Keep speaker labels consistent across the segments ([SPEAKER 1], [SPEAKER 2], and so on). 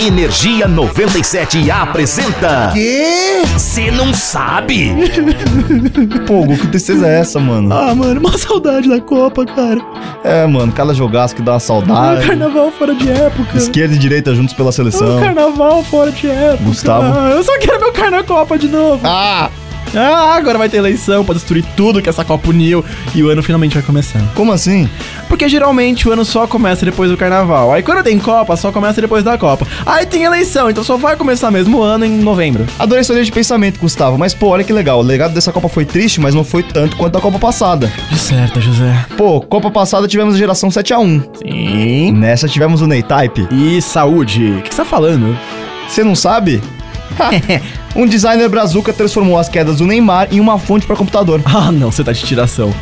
[SPEAKER 1] Energia 97 apresenta.
[SPEAKER 2] Quê?
[SPEAKER 1] Você não sabe?
[SPEAKER 2] Pô, que tristeza é essa, mano?
[SPEAKER 3] Ah, mano, uma saudade da Copa, cara.
[SPEAKER 2] É, mano, cada jogaço que dá uma
[SPEAKER 3] Ah,
[SPEAKER 2] saudade.
[SPEAKER 3] carnaval fora de época.
[SPEAKER 2] Esquerda e direita juntos pela
[SPEAKER 3] Ah,
[SPEAKER 2] seleção.
[SPEAKER 3] carnaval fora de época.
[SPEAKER 2] Gustavo.
[SPEAKER 3] Ah, eu só quero meu carna Copa de novo.
[SPEAKER 2] Ah!
[SPEAKER 3] Ah, agora vai ter eleição pra destruir tudo que essa Copa uniu. E o ano finalmente vai começar.
[SPEAKER 2] Como assim?
[SPEAKER 3] Porque geralmente o ano só começa depois do carnaval. Aí quando tem Copa, só começa depois da Copa. Aí tem eleição, então só vai começar mesmo o ano em novembro.
[SPEAKER 2] Adorei sua linha de pensamento, Gustavo. Mas, pô, olha que legal. O legado dessa Copa foi triste, mas não foi tanto quanto a Copa passada.
[SPEAKER 3] De certo, José.
[SPEAKER 2] Pô, Copa passada tivemos a geração 7x1.
[SPEAKER 3] Sim.
[SPEAKER 2] Nessa tivemos o Neytype.
[SPEAKER 3] E saúde. O que, que você tá falando?
[SPEAKER 2] Você não sabe? um designer brazuca transformou as quedas do Neymar em uma fonte pra computador.
[SPEAKER 3] Ah, não, você tá de tiração.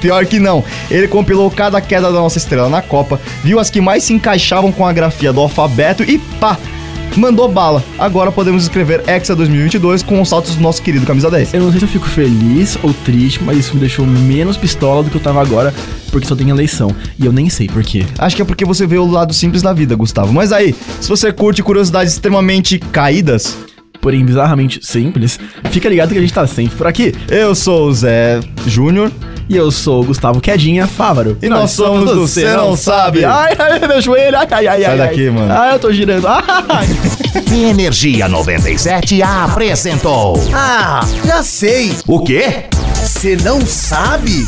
[SPEAKER 2] Pior que não. Ele compilou cada queda da nossa estrela na Copa, viu as que mais se encaixavam com a grafia do alfabeto e pá! Mandou bala. Agora podemos escrever Hexa 2022 com os saltos do nosso querido Camisa 10.
[SPEAKER 3] Eu não sei se eu fico feliz ou triste, mas isso me deixou menos pistola do que eu tava agora, porque só tem eleição. E eu nem sei por quê.
[SPEAKER 2] Acho que é porque você vê o lado simples da vida, Gustavo. Mas aí, se você curte curiosidades extremamente caídas,
[SPEAKER 3] Porém, bizarramente simples, fica ligado que a gente tá sempre por aqui.
[SPEAKER 2] eu sou o Zé Júnior
[SPEAKER 3] E eu sou o Gustavo Quedinha Fávaro.
[SPEAKER 2] e nós, somos do Cê Não Sabe.
[SPEAKER 3] Ai, ai, meu joelho, ai, ai, ai.
[SPEAKER 2] Sai
[SPEAKER 3] ai,
[SPEAKER 2] daqui,
[SPEAKER 3] ai.
[SPEAKER 2] mano.
[SPEAKER 3] Ai, eu tô girando. Ah, Ai.
[SPEAKER 1] Energia 97 apresentou.
[SPEAKER 2] Ah, já sei.
[SPEAKER 1] O quê?
[SPEAKER 2] Você não sabe?